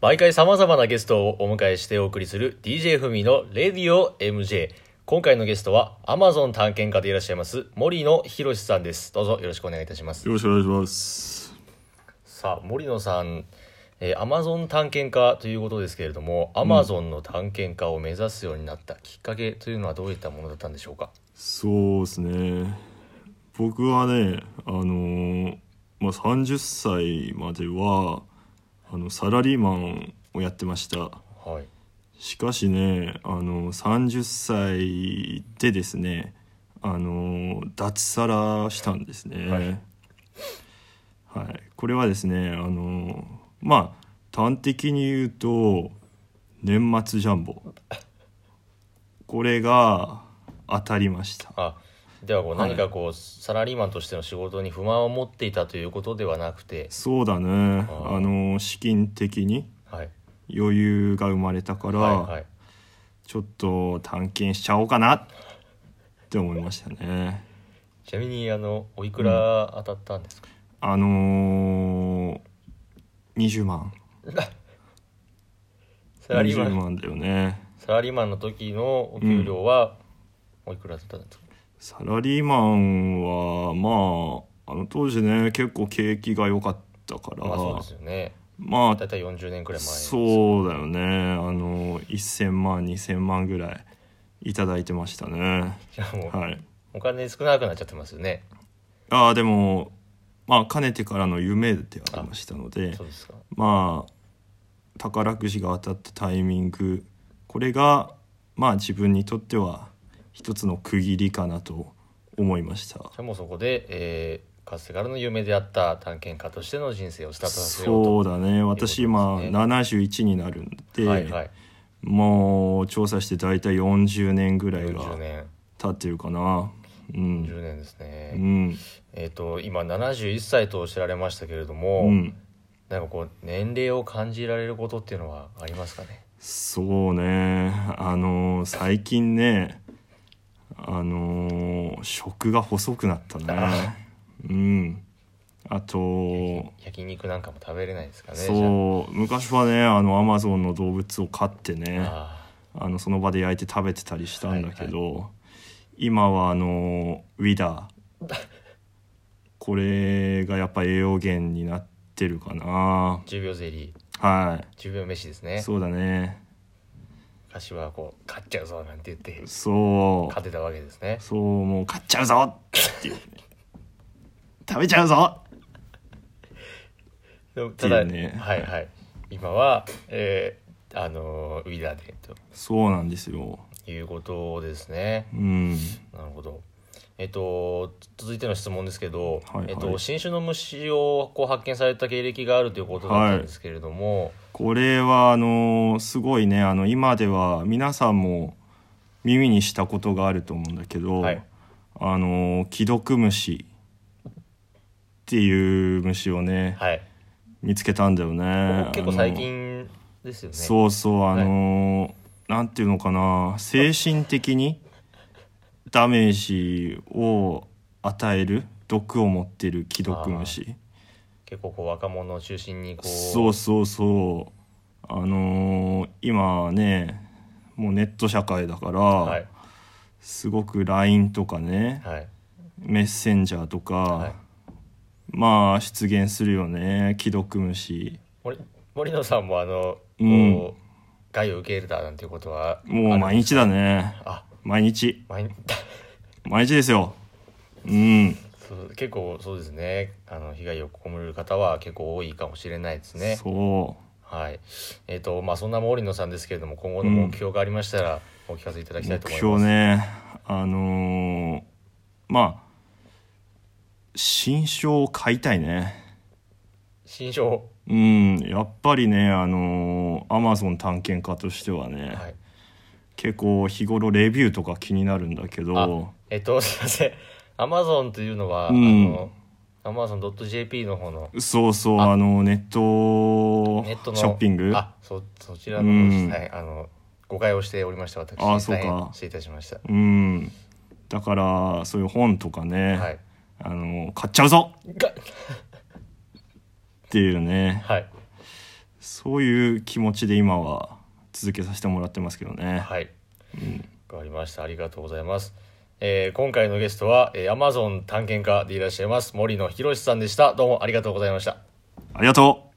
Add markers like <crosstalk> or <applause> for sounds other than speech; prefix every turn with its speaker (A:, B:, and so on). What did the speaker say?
A: 毎回様々なゲストをお迎えしてお送りする DJ ふみのレディオ MJ。今回のゲストは Amazon 探検家でいらっしゃいます森野博さんです。どうぞよろしくお願いいたします。
B: よろしくお願いします。
A: さあ、森野さん、えー、Amazon 探検家ということですけれども、うん、Amazon の探検家を目指すようになったきっかけというのはどういったものだったんでしょうか。
B: そうですね。僕はね、あのー、まあ、30歳までは、あのサラリーマンをやってました、はい、しかしねあの30歳でですねあの脱サラしたんですね、はい、はい、これはですねあのまあ端的に言うと年末ジャンボこれが当たりました
A: あではこう何かこう、サラリーマンとしての仕事に不満を持っていたということではなくて
B: そうだねあの資金的に余裕が生まれたから、ちょっと探検しちゃおうかなって思いましたね
A: ちなみにあのおいくら当たったんですか、
B: うん、あのー、20万
A: サラリーマン
B: 万だよね
A: サラリーマンの時のお給料は、おいくらだったんですか、うん
B: サラリーマンはまああの当時ね結構景気が良かったから、まあ、
A: そうですよね
B: まあ
A: 大体40年くらい前
B: そうだよねあの1000万2000万ぐらいいただいてましたね
A: じゃあもう、
B: はい、
A: お金少なくなっちゃってますよね
B: ああでもまあかねてからの夢でありましたのでまあ宝くじが当たったタイミングこれがまあ自分にとっては一つの区切りかなと思いましたじ
A: ゃもうそこで、えー、かつてからの夢であった探検家としての人生をスタートさせ
B: ようそうだね、ね、私今71になるんで、はいはい、もう調査して大体40年ぐらいが経ってるかな
A: うん、10年ですね、
B: うん、
A: えっ、ー、と今71歳とおっしゃられましたけれども、うん、なんかこう年齢を感じられることっていうのはありますかね
B: そうねあの最近ねあのー、食が細くなったね <laughs> うんあと
A: 焼肉なんかも食べれないですかね
B: そう昔はねあのアマゾンの動物を飼ってねあのその場で焼いて食べてたりしたんだけど、はいはい、今はあのウィダーこれがやっぱ栄養源になってるかな
A: 10秒ゼリ
B: ーはい
A: 10秒飯ですね
B: そうだね
A: 昔はこう「勝っちゃうぞ」なんて言って
B: そう
A: 勝てたわけですね
B: そうもう勝っちゃう <laughs> ぞっていう食べちゃうぞ
A: でもただ、ね、はいはい今はえー、あのウィダーでと
B: そうなんですよ
A: いうことですね
B: うん
A: なるほどえっと、続いての質問ですけど、
B: はいはい、
A: えっと、新種の虫をこう発見された経歴があるということだったんですけれども、はい、
B: これはあのすごいねあの今では皆さんも耳にしたことがあると思うんだけど、
A: はい、
B: あの既読虫っていう虫をね、
A: はい、
B: 見つけたんだよね
A: 結構最近ですよね
B: そうそうあの、はい、なんていうのかな精神的にダメージを与える毒を持ってる既読虫
A: 結構こう若者を中心にこう
B: そうそうそうあのー、今ねもうネット社会だから、
A: はい、
B: すごく LINE とかね、
A: はい、
B: メッセンジャーとか、はい、まあ出現するよね既読虫
A: 森森野さんもあのこう、害、うん、を受け入れたなんていうことは
B: もう毎日だね
A: あ
B: 毎日
A: 毎 <laughs> 日
B: 毎日ですようん
A: 結構そうですねあの被害を被る方は結構多いかもしれないですね
B: そう
A: はいえっ、ー、とまあそんな森野さんですけれども今後の目標がありましたら、お聞かせいただきたいと思います、うん、目標
B: ねあのー、まあ新書を買いたいね
A: 新書
B: うんやっぱりねあのアマゾン探検家としてはね、
A: はい
B: 結構日頃レビューとか気になるんだけど
A: えっと <laughs> すいませんアマゾンというのは、うん、あのアマゾン .jp の方の
B: そうそうあのネット
A: ネット
B: ショッピング
A: あそそちらの、うん、はいあの誤解をしておりました私
B: あそうか
A: 失礼いたしました
B: うんだからそういう本とかね、
A: はい、
B: あの買っちゃうぞっていうね、
A: はい、
B: そういう気持ちで今は続けさせてもらってますけどね。
A: はい。わかりました。ありがとうございます。えー、今回のゲストは、えー、Amazon 探検家でいらっしゃいます森野博さんでした。どうもありがとうございました。
B: ありがとう